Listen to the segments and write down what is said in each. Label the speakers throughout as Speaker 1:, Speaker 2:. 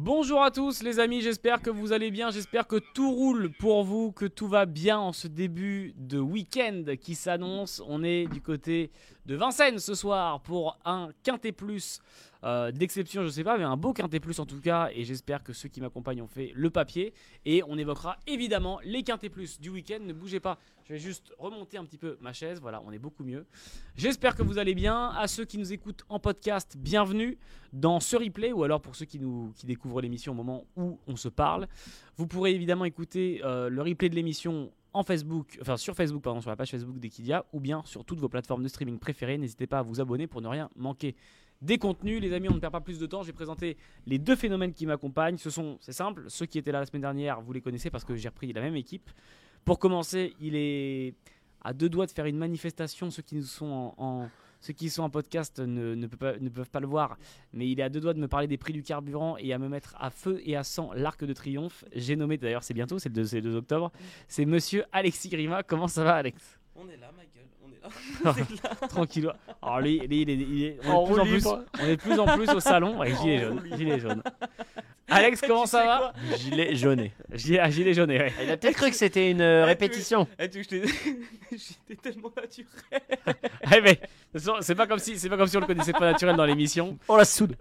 Speaker 1: Bonjour à tous les amis, j'espère que vous allez bien, j'espère que tout roule pour vous, que tout va bien en ce début de week-end qui s'annonce. On est du côté de Vincennes ce soir pour un quintet plus euh, d'exception, je sais pas, mais un beau quintet plus en tout cas. Et j'espère que ceux qui m'accompagnent ont fait le papier. Et on évoquera évidemment les quintés plus du week-end. Ne bougez pas, je vais juste remonter un petit peu ma chaise. Voilà, on est beaucoup mieux. J'espère que vous allez bien. À ceux qui nous écoutent en podcast, bienvenue dans ce replay ou alors pour ceux qui, nous, qui découvrent l'émission au moment où on se parle. Vous pourrez évidemment écouter euh, le replay de l'émission en Facebook, enfin sur Facebook, pardon, sur la page Facebook d'Equidia ou bien sur toutes vos plateformes de streaming préférées. N'hésitez pas à vous abonner pour ne rien manquer des contenus. Les amis, on ne perd pas plus de temps. J'ai présenté les deux phénomènes qui m'accompagnent. Ce sont, c'est simple, ceux qui étaient là la semaine dernière, vous les connaissez parce que j'ai repris la même équipe. Pour commencer, il est à deux doigts de faire une manifestation. Ceux qui nous sont en, en- ceux qui sont en podcast ne, ne peut pas- ne peuvent pas le voir, mais il est à deux doigts de me parler des prix du carburant et à me mettre à feu et à sang l'arc de triomphe. J'ai nommé d'ailleurs, c'est bientôt, c'est le, 2, c'est le 2 octobre, c'est monsieur Alexis Grima. Comment ça va, Alex
Speaker 2: On est là, ma gueule, on est là.
Speaker 1: Tranquille. Alors lui, lui, il est, il est- on, est
Speaker 3: En
Speaker 1: de plus en
Speaker 3: roue
Speaker 1: plus,
Speaker 3: libre.
Speaker 1: on est de plus en plus au salon avec gilet
Speaker 2: En
Speaker 1: jaune.
Speaker 2: roue libre.
Speaker 1: Gilet jaune. Alex, comment ça va
Speaker 3: Gilet jauné.
Speaker 1: Gilet, ah, gilet jaune, ouais.
Speaker 3: Il a peut-être cru que c'était une euh,
Speaker 2: Ah, tu-
Speaker 3: répétition.
Speaker 2: Eh, tu veux que je t'ai- J'étais tellement naturel.
Speaker 1: Eh ben, de toute façon, c'est pas comme si, c'est pas comme si on le connaissait pas naturel dans l'émission.
Speaker 3: On Oh, la soude.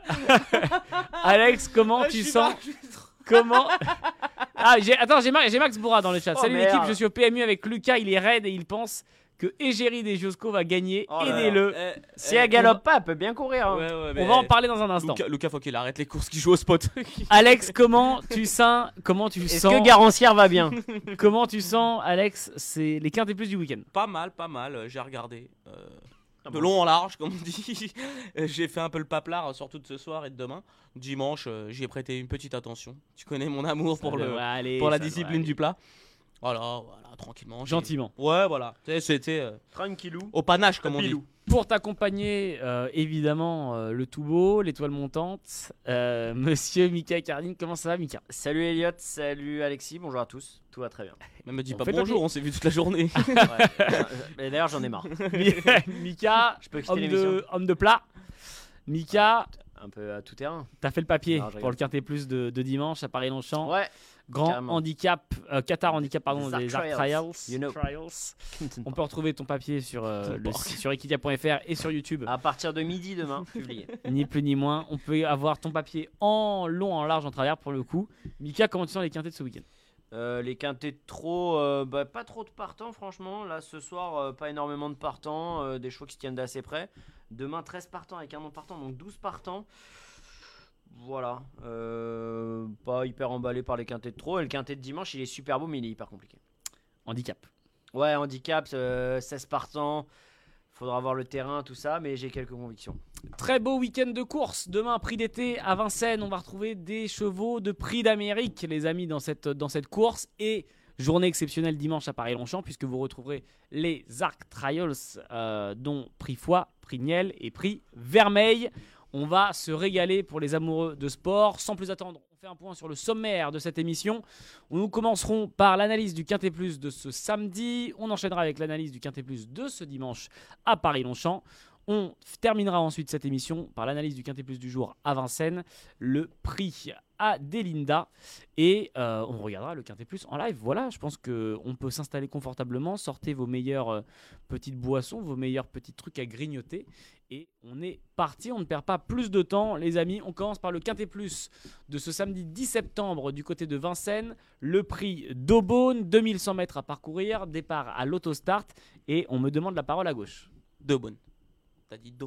Speaker 1: Alex, comment
Speaker 2: Ah, je
Speaker 1: tu
Speaker 2: suis
Speaker 1: sens
Speaker 2: pas- je suis trop-
Speaker 1: Comment Ah, j'ai, attends, j'ai, Mar- j'ai Max Bourra dans le chat.
Speaker 3: Oh,
Speaker 1: Salut
Speaker 3: merde.
Speaker 1: l'équipe, je suis au PMU avec Lucas. Il est raide et il pense que Égérie des Josco va gagner.
Speaker 3: Oh là là.
Speaker 1: Aidez-le.
Speaker 2: Eh,
Speaker 3: Si
Speaker 2: eh,
Speaker 3: elle galope pas, elle peut bien courir.
Speaker 2: on-
Speaker 3: hein.
Speaker 2: Ouais, ouais, mais-
Speaker 1: On va en parler dans un instant.
Speaker 2: Lucas, Lucas, faut qu'il arrête les courses, qu'il joue au spot.
Speaker 1: Alex, comment tu sens Comment tu
Speaker 3: Est-ce
Speaker 1: sens
Speaker 3: que Garancière va bien
Speaker 1: Comment tu sens, Alex C'est les quintes et plus du week-end.
Speaker 2: pas mal, pas mal, euh, j'ai regardé. euh,
Speaker 3: Ah
Speaker 2: de
Speaker 3: bon.
Speaker 2: long en large, comme on dit. Euh, j'ai fait un peu le paplard, euh, surtout de ce soir et de demain. Dimanche, euh, j'y ai prêté une petite attention. Tu connais mon amour pour, le, pour la discipline du plat. Voilà, voilà, tranquillement. j'ai-
Speaker 1: Gentiment.
Speaker 2: Ouais, voilà. Tu sais, C'était euh,
Speaker 3: Tranquillou.
Speaker 2: au panache, comme on dit.
Speaker 1: Pour t'accompagner, euh, évidemment, euh, le tout beau, l'étoile montante, euh, monsieur Mika Cardine. Comment ça va, Mika
Speaker 3: Salut Elliot, salut Alexis, bonjour à tous. Tout va très bien.
Speaker 2: Mais me dis
Speaker 1: On
Speaker 2: pas
Speaker 1: fait le
Speaker 2: bonjour, on s'est vu toute la journée.
Speaker 3: Ouais. Mais D'ailleurs, j'en ai marre.
Speaker 1: Mi- Mika,
Speaker 3: Je peux quitter
Speaker 1: homme
Speaker 3: l'émission
Speaker 1: de, homme de plat. Mika,
Speaker 3: Un peu à tout terrain.
Speaker 1: t'as fait le papier
Speaker 3: Non, je
Speaker 1: pour
Speaker 3: rigole.
Speaker 1: le quintet plus de, de dimanche à Paris-Longchamp.
Speaker 3: Ouais.
Speaker 1: Grand
Speaker 3: carrément.
Speaker 1: handicap, euh, Qatar handicap, pardon,
Speaker 3: Des
Speaker 1: des
Speaker 3: Arc
Speaker 1: Arc
Speaker 3: Trials.
Speaker 1: Trials.
Speaker 3: You know.
Speaker 1: Trials. On peut retrouver ton papier sur, euh, le site- sur equidia.fr et sur YouTube.
Speaker 3: À partir de midi demain, publié.
Speaker 1: ni plus ni moins. On peut avoir ton papier en long, en large, en travers pour le coup. Mika, comment tu sens les quintés de ce week-end
Speaker 3: Euh, les quintés trop, euh, bah, pas trop de partants franchement. Là ce soir, euh, pas énormément de partants, euh, des chevaux qui se tiennent d'assez près. Demain 13 partants avec un non partant, donc 12 partants. Voilà, Euh, pas hyper emballé par les quintés de trop. Et le quintet de dimanche, il est super beau, mais il est hyper compliqué.
Speaker 1: Handicap.
Speaker 3: Ouais, handicap, euh, 16 partants, faudra voir le terrain, tout ça, mais j'ai quelques convictions.
Speaker 1: Très beau week-end de course. Demain, prix d'été à Vincennes. On va retrouver des chevaux de prix d'Amérique, les amis, dans cette, dans cette course. Et journée exceptionnelle dimanche à Paris-Longchamp, puisque vous retrouverez les Arc Trials, euh, dont prix foie, prix Niel et prix vermeil. On va se régaler pour les amoureux de sport. Sans plus attendre, on fait un point sur le sommaire de cette émission. Nous commencerons par l'analyse du Quintet Plus de ce samedi. On enchaînera avec l'analyse du Quintet Plus de ce dimanche à Paris-Longchamp. On f- terminera ensuite cette émission par l'analyse du Quintet Plus du jour à Vincennes, le prix à Delinda et euh, on regardera le Quintet Plus en live. Voilà, je pense que on peut s'installer confortablement, sortez vos meilleures euh, petites boissons, vos meilleurs petits trucs à grignoter et on est parti, on ne perd pas plus de temps les amis. On commence par le Quintet Plus de ce samedi 10 septembre du côté de Vincennes, le prix d'Aubonne, 2100 mètres à parcourir, départ à l'autostart et on me demande la parole à gauche.
Speaker 2: Deux bonnes. T'as dit deux.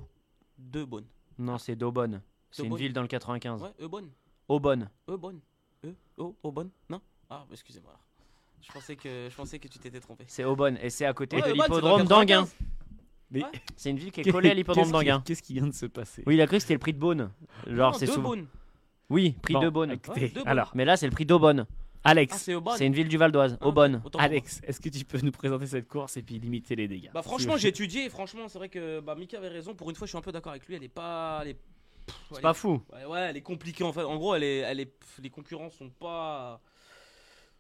Speaker 2: Deux bonnes.
Speaker 3: Non, c'est Daubonne. C'est une
Speaker 2: Daubonne.
Speaker 3: ville dans le 95.
Speaker 2: Ouais, eux bonnes.
Speaker 3: Aubonne.
Speaker 2: Eux bonnes. Eux, oh, oh bonnes. Non Ah, excusez-moi. Je pensais que, je pensais que tu t'étais trompé.
Speaker 3: C'est Aubonne, et c'est à côté
Speaker 2: Ouais,
Speaker 3: de
Speaker 2: Aubonne, c'est dans
Speaker 3: l'hippodrome d'Anguin.
Speaker 2: 95.
Speaker 3: C'est une ville qui est collée à l'hippodrome
Speaker 1: Qu'est-ce qui-
Speaker 3: d'Anguin.
Speaker 1: Qu'est-ce qui vient de se passer
Speaker 3: Oui, il a cru que c'était le prix de Beaune. Genre,
Speaker 2: Non,
Speaker 3: c'est
Speaker 2: deux
Speaker 3: souvent.
Speaker 2: bonnes.
Speaker 3: Oui, prix
Speaker 1: Bon,
Speaker 3: de Beaune.
Speaker 1: écoutez,
Speaker 2: Ouais, deux bonnes.
Speaker 1: alors,
Speaker 3: Mais là, c'est le prix d'Aubonne.
Speaker 2: Ah,
Speaker 1: Alex,
Speaker 2: c'est aux bonnes.
Speaker 3: C'est une ville du Val d'Oise,
Speaker 2: Ah,
Speaker 3: Aubonne.
Speaker 2: autant pour moi.
Speaker 1: Alex, est-ce que tu peux nous présenter cette course et puis limiter les dégâts
Speaker 2: Bah franchement, j'ai étudié. Franchement, c'est vrai que bah, Mika avait raison. Pour une fois, je suis un peu d'accord avec lui. Elle est pas, elle est, pff, elle
Speaker 3: C'est
Speaker 2: est-
Speaker 3: pas fou.
Speaker 2: ouais, ouais, elle est compliquée en fait. En gros, elle est, elle est, pff, les concurrents sont pas,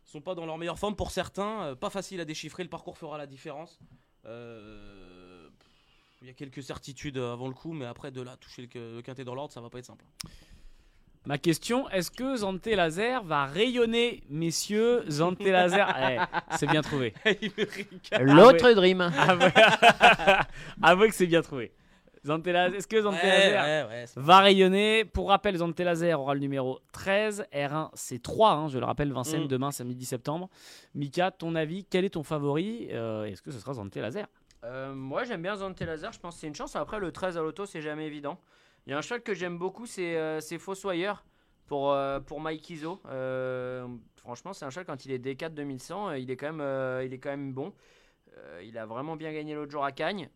Speaker 2: sont pas dans leur meilleure forme pour certains. Euh, pas facile à déchiffrer. Le parcours fera la différence. Euh, pff, euh, Il y a quelques certitudes avant le coup, mais après de là toucher le, le quintet dans l'ordre, ça va pas être simple.
Speaker 1: Ma question, est-ce que Zante Laser va rayonner, messieurs Zante Laser Eh, C'est bien trouvé.
Speaker 2: Il me
Speaker 1: Ah,
Speaker 2: régale.
Speaker 1: L'autre
Speaker 3: dream.
Speaker 1: Avouez, Avouez que c'est bien trouvé. Zante Laser- Est-ce que Zante Laser
Speaker 2: Ouais, ouais, ouais, c'est-
Speaker 1: va rayonner Pour rappel, Zante Laser aura le numéro 13, R1 c'est 3, hein, je le rappelle, Vincennes
Speaker 2: Mm.
Speaker 1: demain samedi 10 septembre. Mika, ton avis, quel est ton favori Euh, Est-ce que ce sera Zante Laser
Speaker 3: Euh, moi, j'aime bien Zante Laser. Je pense que c'est une chance. Après, le 13 à l'auto, c'est jamais évident. Il y a un cheval que j'aime beaucoup, c'est euh, c'est Fossoyeur pour, euh, pour Mike Izzo. Euh, franchement, c'est un cheval quand il est D4 2100, euh, il est quand même, euh, il est quand même bon. Euh, il a vraiment bien gagné l'autre jour à Cagnes.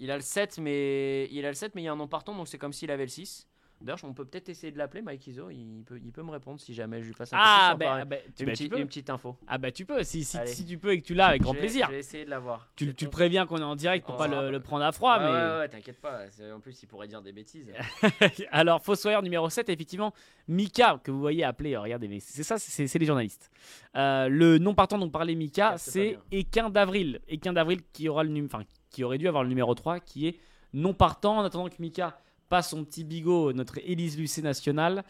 Speaker 3: Il a le 7, mais il a le 7, mais il y a un nom partant, donc c'est comme s'il avait le 6. D'ailleurs, on peut peut-être essayer de l'appeler, Mike Izzo. Il peut, il peut me répondre si jamais je lui passe un coup de fil
Speaker 1: Ah,
Speaker 3: sans
Speaker 1: bah,
Speaker 3: parler.
Speaker 1: bah, tu,
Speaker 3: une,
Speaker 1: bah, tu
Speaker 3: petite,
Speaker 1: peux.
Speaker 3: une petite info.
Speaker 1: Ah bah tu peux, si, si,
Speaker 3: Allez.
Speaker 1: si tu peux et que tu l'as, avec grand
Speaker 3: J'ai-
Speaker 1: plaisir.
Speaker 3: J'ai essayé de l'avoir.
Speaker 1: Tu,
Speaker 3: C'est
Speaker 1: tu
Speaker 3: bon.
Speaker 1: préviens qu'on est en direct pour
Speaker 3: On
Speaker 1: pas
Speaker 3: sera-
Speaker 1: le, le prendre à froid,
Speaker 3: Ouais,
Speaker 1: mais...
Speaker 3: ouais, ouais, t'inquiète pas. C'est- En plus, il pourrait dire des bêtises.
Speaker 1: Alors, Fossoyeur numéro 7, effectivement, Mika, que vous voyez appeler, euh, regardez, mais c'est ça, c'est c'est les journalistes. Euh, le non partant dont parlait Mika,
Speaker 3: Ah, c'est
Speaker 1: c'est
Speaker 3: pas
Speaker 1: Équin d'Avril. Équin d'Avril qui, aura le num- enfin, qui aurait dû avoir le numéro 3, qui est non partant, en attendant que Mika passe son petit bigot, notre Élise Lucet nationale.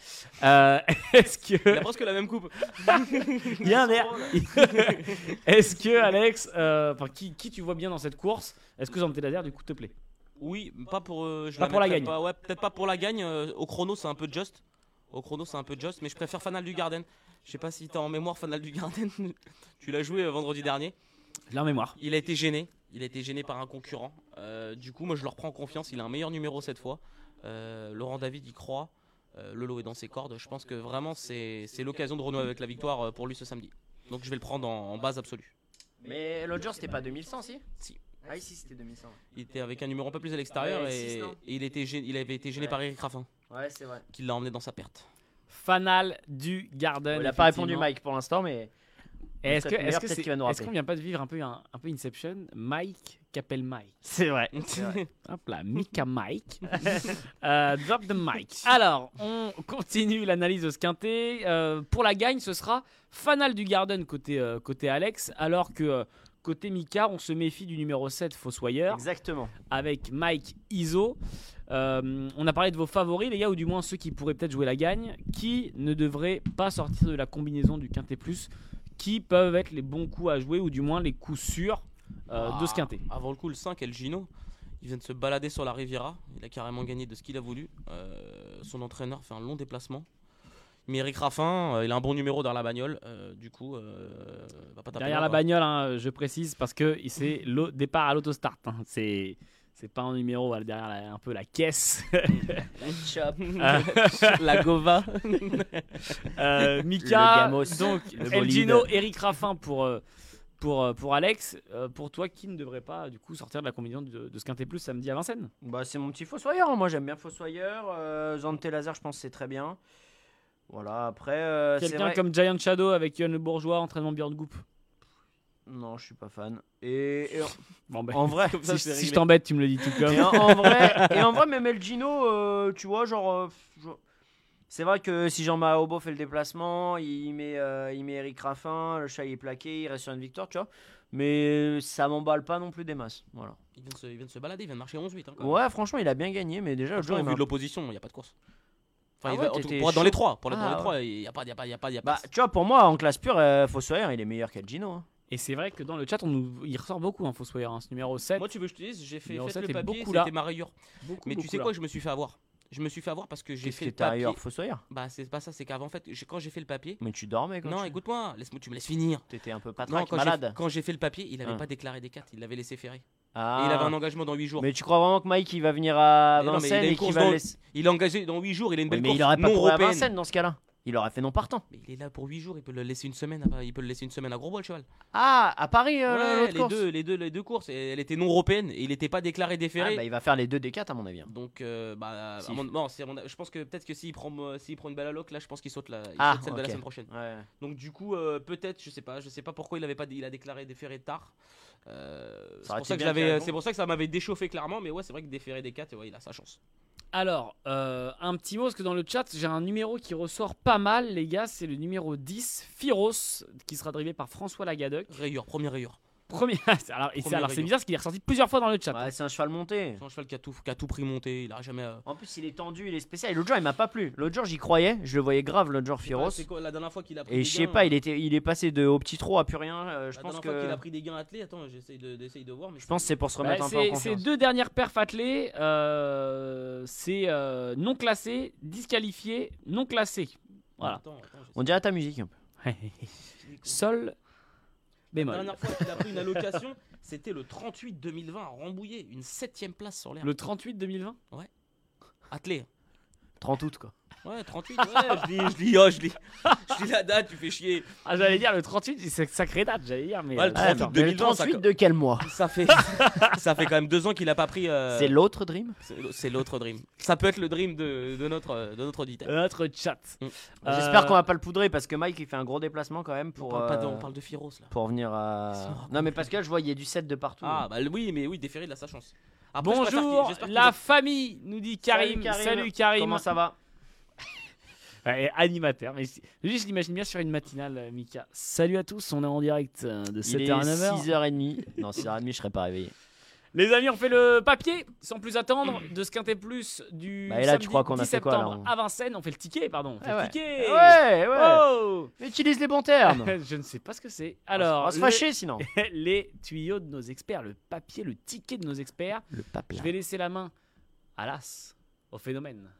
Speaker 1: Euh, Est-ce
Speaker 2: Il
Speaker 1: que.
Speaker 2: a presque la même coupe.
Speaker 1: Il y a un air. Est-ce que, Alex, euh, enfin, qui, qui tu vois bien dans cette course Est-ce que Zanté Laser, du coup, te plaît
Speaker 2: Oui, pas pour, euh, je
Speaker 1: Pas pour la
Speaker 2: mettrais
Speaker 1: gagne.
Speaker 2: pas- ouais, peut-être pas pour la gagne. euh, au chrono, c'est un peu just. Au chrono, c'est un peu just, mais je préfère Fanal du Garden. Je sais pas si t'as en mémoire Fanal du Garden. tu l'as joué euh, vendredi dernier.
Speaker 1: Je l'ai en mémoire.
Speaker 2: Il a été gêné. Il a été gêné par un concurrent. Euh, du coup, moi, je leur prends confiance. Il a un meilleur numéro cette fois. Euh, Laurent David y croit. Euh, le lot est dans ses cordes. Je pense que vraiment, c'est c'est l'occasion de renouer avec la victoire euh, pour lui ce samedi. Donc, je vais le prendre en, en base absolue.
Speaker 3: Mais l'autre jour, c'était pas 2100, si
Speaker 2: Si.
Speaker 3: Ah, ici, c'était 2100.
Speaker 2: Il était avec un numéro un peu plus à l'extérieur
Speaker 3: Ouais,
Speaker 2: et,
Speaker 3: six, non
Speaker 2: et il, était gê- il avait été gêné
Speaker 3: Ouais.
Speaker 2: par Eric Raffin
Speaker 3: Ouais, c'est vrai.
Speaker 2: qui l'a emmené dans sa perte.
Speaker 1: Fanal du Garden.
Speaker 3: Il a pas répondu,
Speaker 1: effectivement.
Speaker 3: Mike, pour l'instant, mais.
Speaker 1: Et Est-ce que
Speaker 3: Peut-être meilleur,
Speaker 1: est-ce que
Speaker 3: peut-être
Speaker 1: c'est-
Speaker 3: qu'il va nous
Speaker 1: est-ce
Speaker 3: rappeler.
Speaker 1: qu'on vient pas de vivre un peu un, un peu Inception Mike qu'appelle Mike.
Speaker 3: C'est vrai.
Speaker 1: Hop là, Mika Mike. Euh, drop the mic. Alors, on continue l'analyse de ce quintet. Euh, pour la gagne, ce sera Fanal du Garden côté, euh, côté Alex, alors que euh, côté Mika, on se méfie du numéro 7 Fossoyeur
Speaker 3: Exactement.
Speaker 1: avec Mike Iso. Euh, on a parlé de vos favoris, les gars, ou du moins ceux qui pourraient peut-être jouer la gagne, qui ne devraient pas sortir de la combinaison du Quintet Plus, qui peuvent être les bons coups à jouer, ou du moins les coups sûrs euh, de ce
Speaker 2: Ah,
Speaker 1: Quintet.
Speaker 2: Avant le coup, le 5, El Gino, il vient de se balader sur la Riviera. Il a carrément gagné de ce qu'il a voulu. Euh, son entraîneur fait un long déplacement. Mais Eric Raffin, euh, il a un bon numéro dans la bagnole. Euh, du coup, euh, va pas taper
Speaker 1: Derrière
Speaker 2: loin,
Speaker 1: la
Speaker 2: quoi.
Speaker 1: bagnole, hein, je précise, parce que c'est le départ à l'autostart. hein. C'est. C'est pas un numéro, voilà, derrière la- un peu la caisse.
Speaker 2: la Gova.
Speaker 1: Euh, Mika,
Speaker 3: Le Gamos.
Speaker 1: donc
Speaker 3: Le
Speaker 1: El
Speaker 3: bolide.
Speaker 1: Gino, Eric Raffin pour, euh, pour, euh, pour Alex. Euh, Pour toi, qui ne devrait pas du coup sortir de la combinaison de, de ce Quintet Plus samedi à Vincennes
Speaker 3: Bah, c'est mon petit Fossoyeur. hein. Moi, j'aime bien Fossoyeur. Euh, Zante Lazare, je pense que c'est très bien. Voilà, après.
Speaker 2: Bah,
Speaker 3: euh, c'est
Speaker 1: Quelqu'un
Speaker 3: vrai-
Speaker 1: comme Giant Shadow avec Yann Le Bourgeois, entraînement Björn Goop.
Speaker 3: Non, je suis pas fan. Et, et en-
Speaker 1: Bon, ben,
Speaker 3: en vrai.
Speaker 2: Comme ça,
Speaker 1: si,
Speaker 2: c'est
Speaker 1: si je
Speaker 2: réglé.
Speaker 1: t'embête, tu me le dis tout comme.
Speaker 3: Et en, en vrai, et en vrai, même El Gino, euh, tu vois, genre. euh, je- C'est vrai que si Jean Mahobo fait le déplacement, il met, euh, il met Eric Raffin, le chat il est plaqué, il reste sur une victoire, tu vois. Mais ça m'emballe pas non plus des masses. Voilà.
Speaker 2: Il vient de se, il vient de se balader, il vient de marcher 11-8. hein, quand même.
Speaker 3: Ouais, franchement, il a bien gagné, mais déjà, le
Speaker 2: Franchement,
Speaker 3: jour, il
Speaker 2: au
Speaker 3: m'a-
Speaker 2: vu de l'opposition, il n'y a pas de course. Enfin,
Speaker 3: Ah
Speaker 2: il
Speaker 3: ouais,
Speaker 2: va, en tout-
Speaker 3: t'étais
Speaker 2: pour être dans
Speaker 3: chaud.
Speaker 2: les trois, pour être
Speaker 3: Ah
Speaker 2: dans les
Speaker 3: ouais.
Speaker 2: trois, il n'y a pas, il y a pas, il y a pas, il y a pas.
Speaker 3: Bah, tu vois, pour moi, en classe pure, euh, Fossoyeur, il est meilleur qu'El Gino. hein.
Speaker 1: Et c'est vrai que dans le chat, on nous... il ressort beaucoup, hein, Fossoyeur, hein, ce numéro 7.
Speaker 2: Moi, tu veux que je te dise, j'ai fait,
Speaker 1: Numéro
Speaker 2: faites
Speaker 1: sept
Speaker 2: le
Speaker 1: est
Speaker 2: papier,
Speaker 1: beaucoup là.
Speaker 2: c'était ma rayure.
Speaker 1: Beaucoup,
Speaker 2: Mais tu
Speaker 1: beaucoup
Speaker 2: sais
Speaker 1: là.
Speaker 2: quoi, je me suis fait avoir. Je me suis fait avoir parce que j'ai
Speaker 3: Qu'est-ce
Speaker 2: fait
Speaker 3: que
Speaker 2: le
Speaker 3: t'as
Speaker 2: papier.
Speaker 3: ailleurs, Fossoyeur
Speaker 2: Bah, c'est pas ça, c'est qu'avant, en fait, j'ai- quand j'ai fait le papier.
Speaker 3: Mais tu dormais quand
Speaker 2: Non,
Speaker 3: tu...
Speaker 2: écoute-moi, laisse-moi, tu me laisses finir.
Speaker 3: T'étais un peu
Speaker 2: Non,
Speaker 3: patraque,
Speaker 2: quand j'ai,
Speaker 3: malade.
Speaker 2: quand j'ai fait le papier, il n'avait
Speaker 3: Ah.
Speaker 2: pas déclaré des 4, il l'avait laissé ferrer.
Speaker 3: Ah.
Speaker 2: Et il avait un engagement dans 8 jours.
Speaker 3: Mais tu crois vraiment que Mike, il va venir à
Speaker 2: Mais non, mais il a une
Speaker 3: Vincennes et qu'il
Speaker 2: course
Speaker 3: va
Speaker 2: dans-
Speaker 3: laisser.
Speaker 2: Il est engagé dans 8 jours, il a une
Speaker 3: Oui,
Speaker 2: belle
Speaker 3: mais
Speaker 2: course
Speaker 3: il aurait pas
Speaker 2: non
Speaker 3: couru à
Speaker 2: européenne.
Speaker 3: Vincennes dans ce cas-là. Il aurait fait non partant.
Speaker 2: Mais il est là pour 8 jours, il peut le laisser une semaine à, il peut le laisser une semaine à Grosbois le cheval.
Speaker 3: Ah, à Paris, euh,
Speaker 2: Ouais,
Speaker 3: l'autre
Speaker 2: les,
Speaker 3: course.
Speaker 2: deux, les, deux, les deux courses, et elle était non européenne et il n'était pas déclaré
Speaker 3: Ah,
Speaker 2: déféré.
Speaker 3: bah, il va faire les deux des quatre à mon avis. hein.
Speaker 2: Donc, euh, bah, à
Speaker 3: Si.
Speaker 2: mon- non, c'est à mon- je pense que peut-être que s'il prend, euh, s'il prend une balle à l'oc, là, je pense qu'il saute, la, il
Speaker 3: Ah,
Speaker 2: saute celle de
Speaker 3: ok.
Speaker 2: la semaine prochaine. Donc, du coup, euh, peut-être, je sais pas, je sais pas pourquoi il avait pas, il a déclaré déféré tard. Euh, c'est
Speaker 3: aurait
Speaker 2: pour ça
Speaker 3: été
Speaker 2: que
Speaker 3: bien qu'il
Speaker 2: j'avais,
Speaker 3: réponde.
Speaker 2: c'est pour ça que ça m'avait déchauffé clairement, mais ouais, c'est vrai que déféré des 4, ouais, il a sa chance.
Speaker 1: Alors, euh, un petit mot, parce que dans le chat, j'ai un numéro qui ressort pas mal, les gars, c'est le numéro 10, Firos, qui sera drivé par François Lagadec.
Speaker 2: Rayure, première rayure.
Speaker 1: Premier. alors, et c'est-
Speaker 2: Premier
Speaker 1: alors, c'est
Speaker 2: rayon.
Speaker 1: bizarre parce qu'il est ressorti plusieurs fois dans le chat.
Speaker 3: Ouais, c'est un cheval monté.
Speaker 2: C'est un cheval qui a tout, qui a tout pris monté. Il a jamais. euh,
Speaker 3: En plus, il est tendu, il est spécial. Et l'autre jour, il m'a pas plu. L'autre jour, j'y croyais. Je le voyais grave, l'autre jour, Firos.
Speaker 2: C'est quoi, la dernière fois qu'il a pris
Speaker 3: Et
Speaker 2: des
Speaker 3: je sais
Speaker 2: gains,
Speaker 3: pas, il, était, il est passé de au petit trot à plus rien. euh, je
Speaker 2: hein. la dernière
Speaker 3: pense
Speaker 2: fois
Speaker 3: que.
Speaker 2: qu'il a pris des gains attelés, attends, j'essaye de, d'essaye de voir. Mais
Speaker 3: Je pense que c'est pour se
Speaker 1: Bah,
Speaker 3: remettre un peu en
Speaker 1: c'est- Ces
Speaker 3: confiance.
Speaker 1: deux dernières perfs attelées, euh, c'est euh, non classé, disqualifié, non classé. Voilà.
Speaker 2: Attends, attends, j'essaie.
Speaker 3: On dirait ta musique. un peu.
Speaker 1: Sol
Speaker 2: La
Speaker 1: bémol.
Speaker 2: dernière fois qu'il a pris une allocation, c'était le 38 2020 à Rambouillet, une septième place sur l'air.
Speaker 1: Le 38 2020
Speaker 2: Attelé.
Speaker 3: 30 août, quoi.
Speaker 2: Ouais, 38. Ouais, je lis, je lis, oh, je lis. Je lis la date, tu fais chier.
Speaker 1: Ah, j'allais dire le 38, c'est une sacrée date, j'allais dire. Mais
Speaker 2: Ouais, le
Speaker 1: euh,
Speaker 2: 38
Speaker 1: attends.
Speaker 3: mais le
Speaker 2: 2020, ça
Speaker 3: 38
Speaker 2: co-
Speaker 3: de quel mois
Speaker 2: Ça fait, ça fait quand même deux ans qu'il a pas pris. euh,
Speaker 3: C'est l'autre Dream
Speaker 2: c'est- c'est l'autre dream. Ça peut être le dream de, de notre euh, de notre auditeur.
Speaker 1: Notre chat.
Speaker 2: Mm.
Speaker 1: Euh,
Speaker 3: J'espère qu'on va pas le poudrer parce que Mike il fait un gros déplacement quand même pour.
Speaker 2: on, parle pas de,
Speaker 3: euh,
Speaker 2: on parle de Firos là.
Speaker 3: Pour venir à. Non, mais Pascal, je vois, il y a du 7 de partout.
Speaker 2: Ah bah oui, mais oui, déféré, il a sa chance. Après, je préfère qu'il-
Speaker 1: Bonjour,
Speaker 2: j'espère qu'il
Speaker 1: la
Speaker 2: a-
Speaker 1: famille, nous dit Karim.
Speaker 3: Salut, Karim.
Speaker 1: Salut
Speaker 2: Ah,
Speaker 1: Karim.
Speaker 3: Comment ça va
Speaker 1: Ouais, animateur. Mais c'est- juste, je l'imagine bien sur une matinale, euh, Mika. Salut à tous, on est en direct euh, de
Speaker 3: Il est
Speaker 1: 7h à 9h.
Speaker 3: 6h30. Non, 6h30, je serais pas réveillé.
Speaker 1: Les amis, on fait le papier, sans plus attendre, de ce quintet plus du
Speaker 3: Bah, et là, tu
Speaker 1: samedi
Speaker 3: crois qu'on a
Speaker 1: 10
Speaker 3: fait quoi, là,
Speaker 1: septembre à Vincennes. On fait le ticket, pardon. On fait
Speaker 3: Ah
Speaker 1: le
Speaker 3: ouais.
Speaker 1: ticket.
Speaker 3: Ouais, ouais.
Speaker 1: Oh
Speaker 3: Utilise les bons termes.
Speaker 1: Je ne sais pas ce que c'est. Alors,
Speaker 3: on va se
Speaker 1: les-
Speaker 3: fâcher sinon.
Speaker 1: les, tuyaux de nos experts, le papier, le ticket de nos experts.
Speaker 3: Le pape
Speaker 1: Je vais laisser la main à l'as, au phénomène,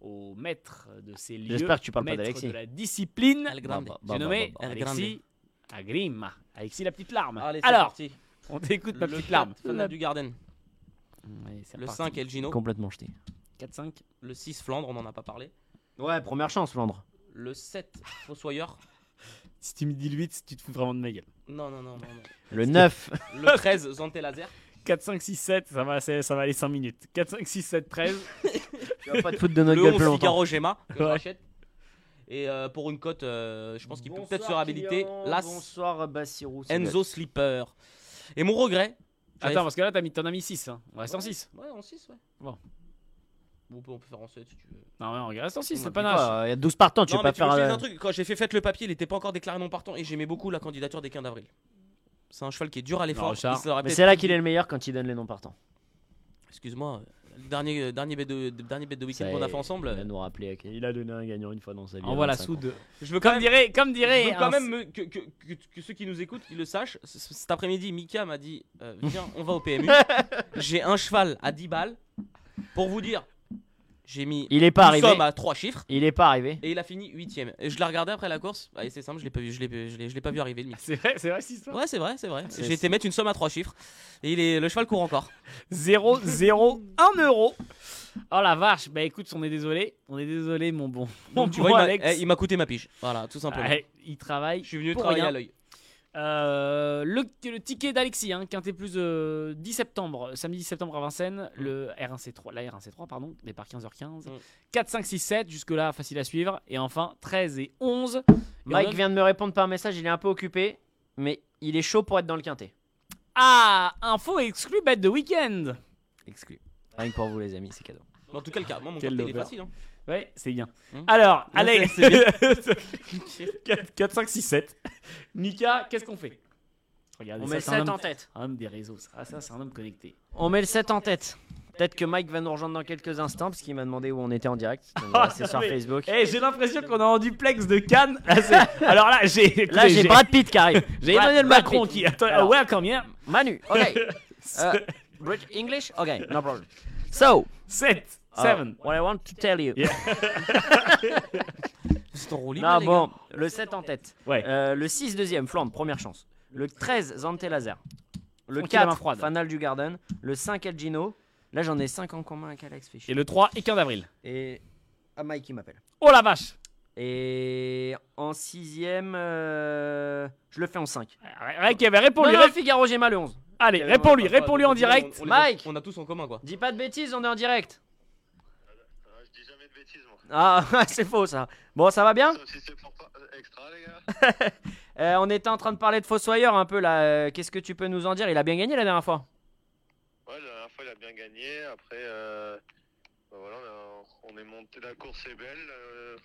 Speaker 1: au maître de ces lieux.
Speaker 3: J'espère que tu parles pas
Speaker 1: maître
Speaker 3: d'Alexis.
Speaker 1: de la discipline.
Speaker 2: El Grande.
Speaker 3: Bah, bah,
Speaker 1: J'ai nommé
Speaker 2: bah, bah, bah.
Speaker 1: Alexis Agrim. Alexis la petite larme.
Speaker 3: bah.
Speaker 2: Allez, c'est
Speaker 1: Alors,
Speaker 2: parti.
Speaker 1: on t'écoute ma
Speaker 2: Le
Speaker 1: petite
Speaker 2: quatre,
Speaker 1: larme.
Speaker 2: Fernand du Garden.
Speaker 1: Ouais, c'est
Speaker 2: Le
Speaker 1: reparti.
Speaker 2: 5 El Gino.
Speaker 3: Complètement jeté.
Speaker 1: 4-5.
Speaker 2: Le 6 Flandre, on n'en a pas parlé.
Speaker 3: Ouais, première chance, Flandre.
Speaker 2: Le 7 Fossoyeur.
Speaker 1: Si tu me dis le 8, tu te fous vraiment de ma gueule.
Speaker 2: Non, non, non, non. non.
Speaker 3: Le 9.
Speaker 2: Le 13 Zanté Laser.
Speaker 1: 4, 5, 6, 7, ça va, c'est- ça va aller 5 minutes. 4, 5, 6, 7, 13.
Speaker 3: tu vas pas te foutre de notre
Speaker 2: Le
Speaker 3: gueule plus
Speaker 2: 11
Speaker 3: longtemps.
Speaker 2: Figaro Gemma, que je
Speaker 1: Ouais.
Speaker 2: rachète. Et euh, pour une cote, euh, je pense qu'il peut peut-être se réhabiliter. L'As
Speaker 3: Bonsoir, Bassirou.
Speaker 2: Enzo Slipper. Et mon regret. j'avais
Speaker 1: Attends, parce que là, t'as mis, t'en as mis 6. Hein. On reste en
Speaker 2: Ouais.
Speaker 1: 6.
Speaker 2: Ouais, en 6, ouais.
Speaker 1: Bon.
Speaker 2: Bon, On peut, on peut faire en 7 si tu veux.
Speaker 1: Non, mais on reste en 6,
Speaker 2: On
Speaker 1: c'est
Speaker 2: a
Speaker 1: pas
Speaker 2: dit
Speaker 1: nage.
Speaker 3: Il y a 12 partants, tu
Speaker 2: non,
Speaker 3: vas pas
Speaker 2: mais tu veux
Speaker 3: faire.
Speaker 2: que je dise
Speaker 3: euh,
Speaker 2: un truc. Quand j'ai fait Faites le papier, il n'était pas encore déclaré non partant et j'aimais beaucoup la candidature des 15 d'avril. C'est un cheval qui est dur à l'effort.
Speaker 1: Richard.
Speaker 2: il se l'aurait
Speaker 3: Mais
Speaker 2: peut-être
Speaker 3: c'est là
Speaker 2: dit-
Speaker 3: qu'il est le meilleur quand il donne les noms partants.
Speaker 2: Excuse-moi, euh, le dernier, euh, dernier, bête de, de- dernier bête de week-end
Speaker 3: Ça
Speaker 2: qu'on a
Speaker 3: y est,
Speaker 2: fait ensemble.
Speaker 3: Il va nous rappeler. qu'il a donné un gagnant une fois dans sa vie.
Speaker 1: On voit la
Speaker 3: à 25 ans.
Speaker 1: soude.
Speaker 2: Je veux quand
Speaker 1: Comme
Speaker 2: même,
Speaker 1: dirait, comme
Speaker 2: je
Speaker 1: dirait.
Speaker 2: veux
Speaker 1: un-
Speaker 2: quand même me- que, que- que- que ceux qui nous écoutent ils le sachent. C- c- Cet après-midi, Mika m'a dit euh, Viens, on va au PMU. J'ai un cheval à 10 balles. Pour vous dire, j'ai mis.
Speaker 3: Il est pas
Speaker 2: nous
Speaker 3: arrivé.
Speaker 2: sommes à 3 chiffres.
Speaker 3: Il est pas arrivé.
Speaker 2: Et il a fini 8 Et je l'ai regardé après la course. Ah, et c'est simple, je l'ai pas vu, je l'ai, je l'ai- je l'ai pas vu arriver le Mika.
Speaker 1: C'est vrai, c'est vrai, cette histoire.
Speaker 2: Ouais, c'est vrai, c'est vrai.
Speaker 3: C'est-
Speaker 2: J'ai été mettre une somme à 3 chiffres. Et il est, le cheval court encore.
Speaker 1: 0, 0, 1 euro. Oh la vache, bah écoute, on est désolé. On est désolé, mon bon. Mon
Speaker 2: Donc, tu
Speaker 1: bon
Speaker 2: vois, il m'a,
Speaker 1: Alex.
Speaker 2: eh, il m'a coûté ma pige. Voilà, tout simplement.
Speaker 1: Ouais, il travaille.
Speaker 2: Je suis venu
Speaker 1: pour
Speaker 2: travailler
Speaker 1: rien.
Speaker 2: à l'œil.
Speaker 1: Euh, le, le ticket d'Alexis, hein, Quintet Plus euh, 10 septembre, samedi 10 septembre à Vincennes, le R1C3, la R1C3, pardon, départ 15h15.
Speaker 2: Mm.
Speaker 1: 4, 5, 6, 7, jusque-là, facile à suivre. Et enfin, 13 et 11. Et on
Speaker 3: Mike
Speaker 1: donne-
Speaker 3: vient de me répondre par message, il est un peu occupé, mais il est chaud pour être dans le quintet.
Speaker 1: Ah, info exclue bête de week-end.
Speaker 3: Exclu. Rien que pour vous les amis, c'est cadeau.
Speaker 2: En tout cas, le cas, moi, mon
Speaker 1: Quel
Speaker 2: côté, il est
Speaker 1: lover.
Speaker 2: facile. hein.
Speaker 1: Ouais, c'est bien.
Speaker 2: Mm.
Speaker 1: Alors,
Speaker 2: Non,
Speaker 1: allez,
Speaker 2: c'est- c'est
Speaker 1: 4, 5, 6, 7. Mika, qu'est-ce qu'on fait Regardez,
Speaker 3: On
Speaker 1: ça,
Speaker 3: met le
Speaker 1: c'est un
Speaker 3: 7 en
Speaker 1: homme,
Speaker 3: tête.
Speaker 1: un homme des réseaux. ça. Ah, ça, c'est un homme connecté.
Speaker 3: On met le 7 en tête. Peut-être que Mike va nous rejoindre dans quelques instants parce qu'il m'a demandé où on était en direct. Donc, voilà, c'est sur
Speaker 1: Mais-
Speaker 3: Facebook.
Speaker 1: Eh, j'ai l'impression qu'on est en duplex de Cannes. Là, c'est- Alors là, j'ai.
Speaker 3: Là,
Speaker 1: écoutez,
Speaker 3: j'ai Brad Pitt qui arrive. J'ai
Speaker 1: Brad-
Speaker 3: Emmanuel
Speaker 1: Brad
Speaker 3: Macron
Speaker 1: Pitt.
Speaker 3: qui. Euh,
Speaker 1: Attends,
Speaker 3: Alors.
Speaker 1: welcome here.
Speaker 3: Manu, ok. Euh, British English, ok, no problem. So,
Speaker 1: 7,
Speaker 3: uh,
Speaker 1: 7.
Speaker 3: what I want to tell you.
Speaker 2: C'est ton roulis, là,
Speaker 3: Non,
Speaker 2: les
Speaker 3: bon,
Speaker 2: gars.
Speaker 3: le 7 en tête.
Speaker 1: hein. Ouais.
Speaker 3: Euh, le 6 deuxième, Flandre, première chance. Le 13, Zante Laser. Le
Speaker 1: Tranquille à main
Speaker 3: 4,
Speaker 1: froide.
Speaker 3: Fanal du Garden. Le 5, El Gino. Là, j'en ai 5 en commun avec Alex Fish.
Speaker 1: Et le 3 et 15 avril.
Speaker 3: Et. Ah, Mike qui m'appelle.
Speaker 1: Oh la vache
Speaker 3: Et en sixième, euh, je le fais en 5.
Speaker 1: Ré- Ré- Kevin, réponds-lui.
Speaker 3: non, non,
Speaker 1: rép-
Speaker 3: Figaro, j'ai mal le 11.
Speaker 1: Allez,
Speaker 2: Kevin,
Speaker 1: réponds-lui,
Speaker 2: on va-
Speaker 1: réponds-lui en
Speaker 2: on-
Speaker 1: direct.
Speaker 2: on- on- on-
Speaker 3: Mike
Speaker 2: On a tous en commun, quoi.
Speaker 3: Dis pas de bêtises, on est en direct.
Speaker 4: Ah, je dis jamais de bêtises, moi.
Speaker 3: Ah, c'est faux ça. Bon, ça va bien
Speaker 4: Sauf si c'est pour pas euh, extra, les gars.
Speaker 3: Euh, On était en train de parler de Fossoyeur un peu là. Euh, Qu'est-ce que tu peux nous en dire Il a bien gagné la dernière fois.
Speaker 4: Ouais, la dernière fois, il a bien gagné. Après, euh, bah voilà, on, a- on est monté. La course est belle. euh,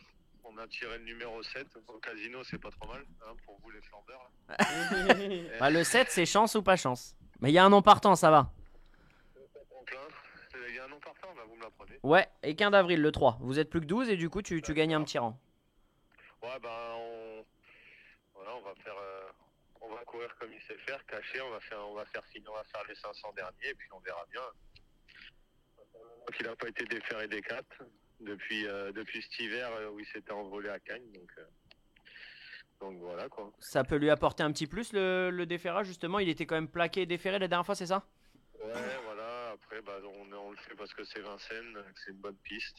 Speaker 4: on a tiré le numéro 7. Au casino, c'est pas trop mal, hein, pour vous les flambeurs. là.
Speaker 3: Bah, le 7, c'est chance ou pas chance. Mais il y a un non partant, ça va.
Speaker 4: Donc là, il y a un nom partant, bah, vous me l'apprenez.
Speaker 3: Ouais, et 15 avril, le 3. Vous êtes plus que 12 et du coup, tu, tu gagnes un petit rang.
Speaker 4: Ouais, bah, on... Voilà, on va faire... euh, On va courir comme il sait faire, caché, on va faire, on va faire, signe, on va faire les 500 derniers, et puis on verra bien. Donc, il n'a pas été déféré des 4 depuis, euh, depuis cet hiver euh, où il s'était envolé à Cagnes, donc... euh, Donc voilà, quoi.
Speaker 3: Ça peut lui apporter un petit plus, le, le déferrage, justement. Il était quand même plaqué et déferré la dernière fois, c'est ça
Speaker 4: Ouais, voilà. Après, bah, on, on le fait parce que c'est Vincennes, euh, que c'est une bonne piste.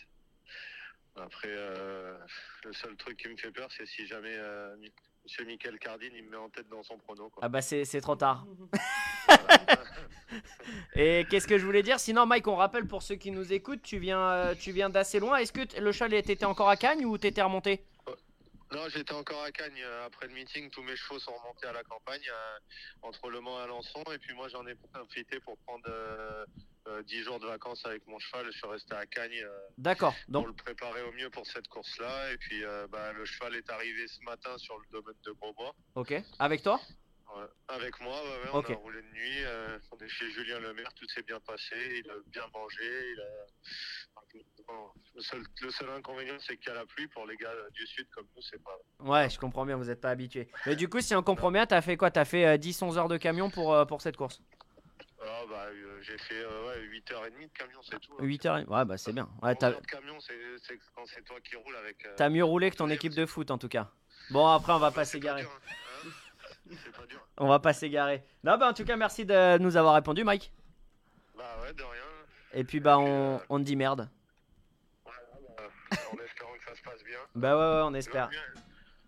Speaker 4: Après, euh, le seul truc qui me fait peur, c'est si jamais euh, Mi- Monsieur Michael Cardine, il me met en tête dans son prono. Quoi.
Speaker 3: Ah bah, c'est c'est trop tard.
Speaker 4: Voilà.
Speaker 3: Et qu'est-ce que je voulais dire Sinon, Mike, on rappelle pour ceux qui nous écoutent, tu viens, euh, tu viens d'assez loin. Est-ce que t- le chalet, t'étais encore à Cagnes ou t'étais remonté
Speaker 4: non, j'étais encore à Cagnes euh, après le meeting. Tous mes chevaux sont remontés à la campagne euh, entre Le Mans et Alençon. Et puis moi, j'en ai profité pour prendre euh, euh, 10 jours de vacances avec mon cheval. Je suis resté à Cagnes. euh,
Speaker 3: D'accord.
Speaker 4: pour
Speaker 3: Donc,
Speaker 4: le préparer au mieux pour cette course-là. Et puis, euh, bah, le cheval est arrivé ce matin sur le domaine de Grosbois.
Speaker 3: ok. Avec toi
Speaker 4: Ouais. Avec moi, ouais, ouais,
Speaker 3: Ok.
Speaker 4: on a roulé de nuit. euh, on est chez Julien Lemaire, tout s'est bien passé. Il a bien mangé. il a- Bon, le, seul, le seul inconvénient, c'est qu'il y a la pluie. Pour les gars euh, du sud comme nous, c'est pas.
Speaker 3: Ouais, je comprends bien, vous n'êtes pas habitué. Mais du coup, si on comprend bien, t'as fait quoi T'as fait 10-11 heures de camion pour, euh, pour cette course
Speaker 4: Ah, bah, euh, j'ai fait euh, ouais, 8h30 de camion, c'est tout. hein.
Speaker 3: 8 heures. et- Ouais, bah, c'est bien. Ouais,
Speaker 4: 11
Speaker 3: t'as.
Speaker 4: heures de camion, c'est c'est quand c'est toi qui roule avec. euh,
Speaker 3: T'as mieux roulé que ton équipe de foot en tout cas. Bon après on va pas
Speaker 4: c'est
Speaker 3: s'égarer.
Speaker 4: dur, hein, hein. C'est pas dur.
Speaker 3: On va pas s'égarer. Non bah en tout cas merci de nous avoir répondu Mike.
Speaker 4: Bah ouais, de rien.
Speaker 3: Et puis bah on, on te dit merde.
Speaker 4: Euh, en espérant que ça se passe bien.
Speaker 3: Bah ouais ouais on
Speaker 4: Tu vas
Speaker 3: espère.
Speaker 4: venir-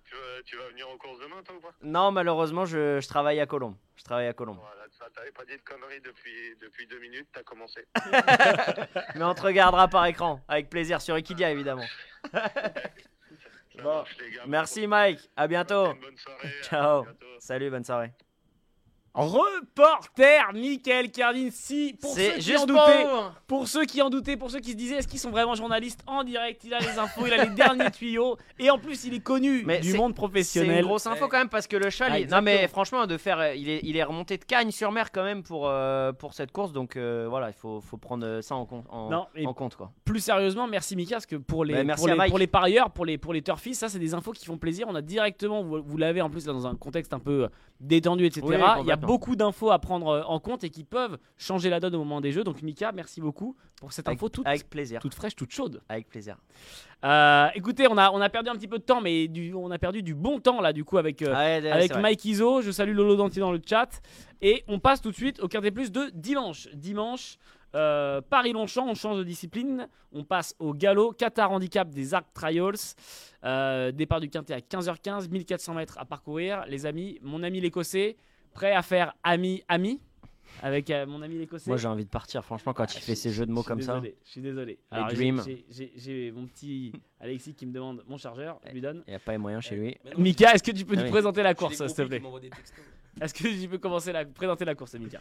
Speaker 4: Tu vas, tu vas venir aux courses demain, toi ou pas
Speaker 3: Non malheureusement je, je travaille à Colombe. Je travaille à Colombe.
Speaker 4: Voilà, ça, t'avais pas dit de conneries depuis, depuis deux minutes, t'as commencé.
Speaker 3: Mais on te regardera par écran. Avec plaisir sur Equidia évidemment.
Speaker 4: Ça
Speaker 3: Bon,
Speaker 4: marche, les gars.
Speaker 3: Merci Mike. À bientôt.
Speaker 4: Une bonne soirée. à
Speaker 3: Ciao.
Speaker 4: bientôt.
Speaker 3: Salut bonne soirée.
Speaker 1: Reporter Michael Cardine, si pour
Speaker 3: C'est
Speaker 1: ceux qui
Speaker 3: juste
Speaker 1: en doutaient, pour ceux qui en doutaient, pour ceux qui se disaient est-ce qu'ils sont vraiment journalistes en direct, il a les infos, il a les derniers tuyaux et en plus il est connu
Speaker 3: Mais
Speaker 1: du
Speaker 3: c'est-
Speaker 1: monde
Speaker 3: C'est une
Speaker 1: professionnel.
Speaker 3: grosse info
Speaker 2: Ouais.
Speaker 3: quand même parce que le
Speaker 1: Ah,
Speaker 3: chalet. non
Speaker 1: exactement.
Speaker 3: mais franchement de faire, euh, il est, il est remonté de Cagnes sur Mer quand même pour, euh, pour cette course donc euh, voilà il faut, faut prendre ça en, compte- en-
Speaker 1: Non, et-
Speaker 3: en compte quoi.
Speaker 1: Plus sérieusement, merci Mika parce que pour les
Speaker 3: Bah, merci
Speaker 1: pour
Speaker 3: à
Speaker 1: les,
Speaker 3: Mike.
Speaker 1: pour les parieurs, pour les pour les turfistes, ça c'est des infos qui font plaisir. On a directement, vous, vous l'avez en plus là, dans un contexte un peu euh, détendu, etc.
Speaker 3: Oui,
Speaker 1: il y a
Speaker 3: complètement.
Speaker 1: beaucoup d'infos à prendre euh, en compte et qui peuvent changer la donne au moment des jeux. Donc Mika, merci beaucoup pour cette info toute
Speaker 3: Avec plaisir.
Speaker 1: toute fraîche, toute chaude.
Speaker 3: Avec plaisir.
Speaker 1: Euh, écoutez, on a, on a perdu un petit peu de temps, mais du- on a perdu du bon temps là, du coup, avec, euh,
Speaker 3: Ouais, ouais,
Speaker 1: avec
Speaker 3: c'est vrai.
Speaker 1: Mike Iso. Je salue Lolo Danti dans le chat. Et on passe tout de suite au quintet plus de dimanche. Dimanche, euh, Paris-Longchamp, on change de discipline. On passe au galop, Qatar Handicap des Arc Trials. Euh, départ du quintet à 15h15, 1400 mètres à parcourir. Les amis, mon ami l'Écossais, prêt à faire ami-ami avec euh, mon ami l'Écossais. Ah,
Speaker 3: Moi j'ai envie de partir, franchement, quand il fait ces jeux de
Speaker 1: Je
Speaker 3: mots
Speaker 1: suis
Speaker 3: comme ça.
Speaker 1: désolé, Je suis désolé.
Speaker 3: Les
Speaker 1: Alors, j'ai-
Speaker 3: dreams.
Speaker 1: j'ai- J'ai j'ai mon petit Alexis qui me demande mon chargeur. Je lui donne.
Speaker 3: Il n'y a pas les moyens chez lui.
Speaker 2: Mais non,
Speaker 1: Mika, est-ce que tu peux
Speaker 3: Ah
Speaker 1: nous
Speaker 3: oui.
Speaker 1: présenter la
Speaker 2: j'ai- j'ai
Speaker 1: course,
Speaker 2: des
Speaker 1: s'il te
Speaker 2: groupies qui
Speaker 1: plaît
Speaker 2: m'envoient des textos.
Speaker 1: Est-ce que tu peux commencer la présenter la course, Mika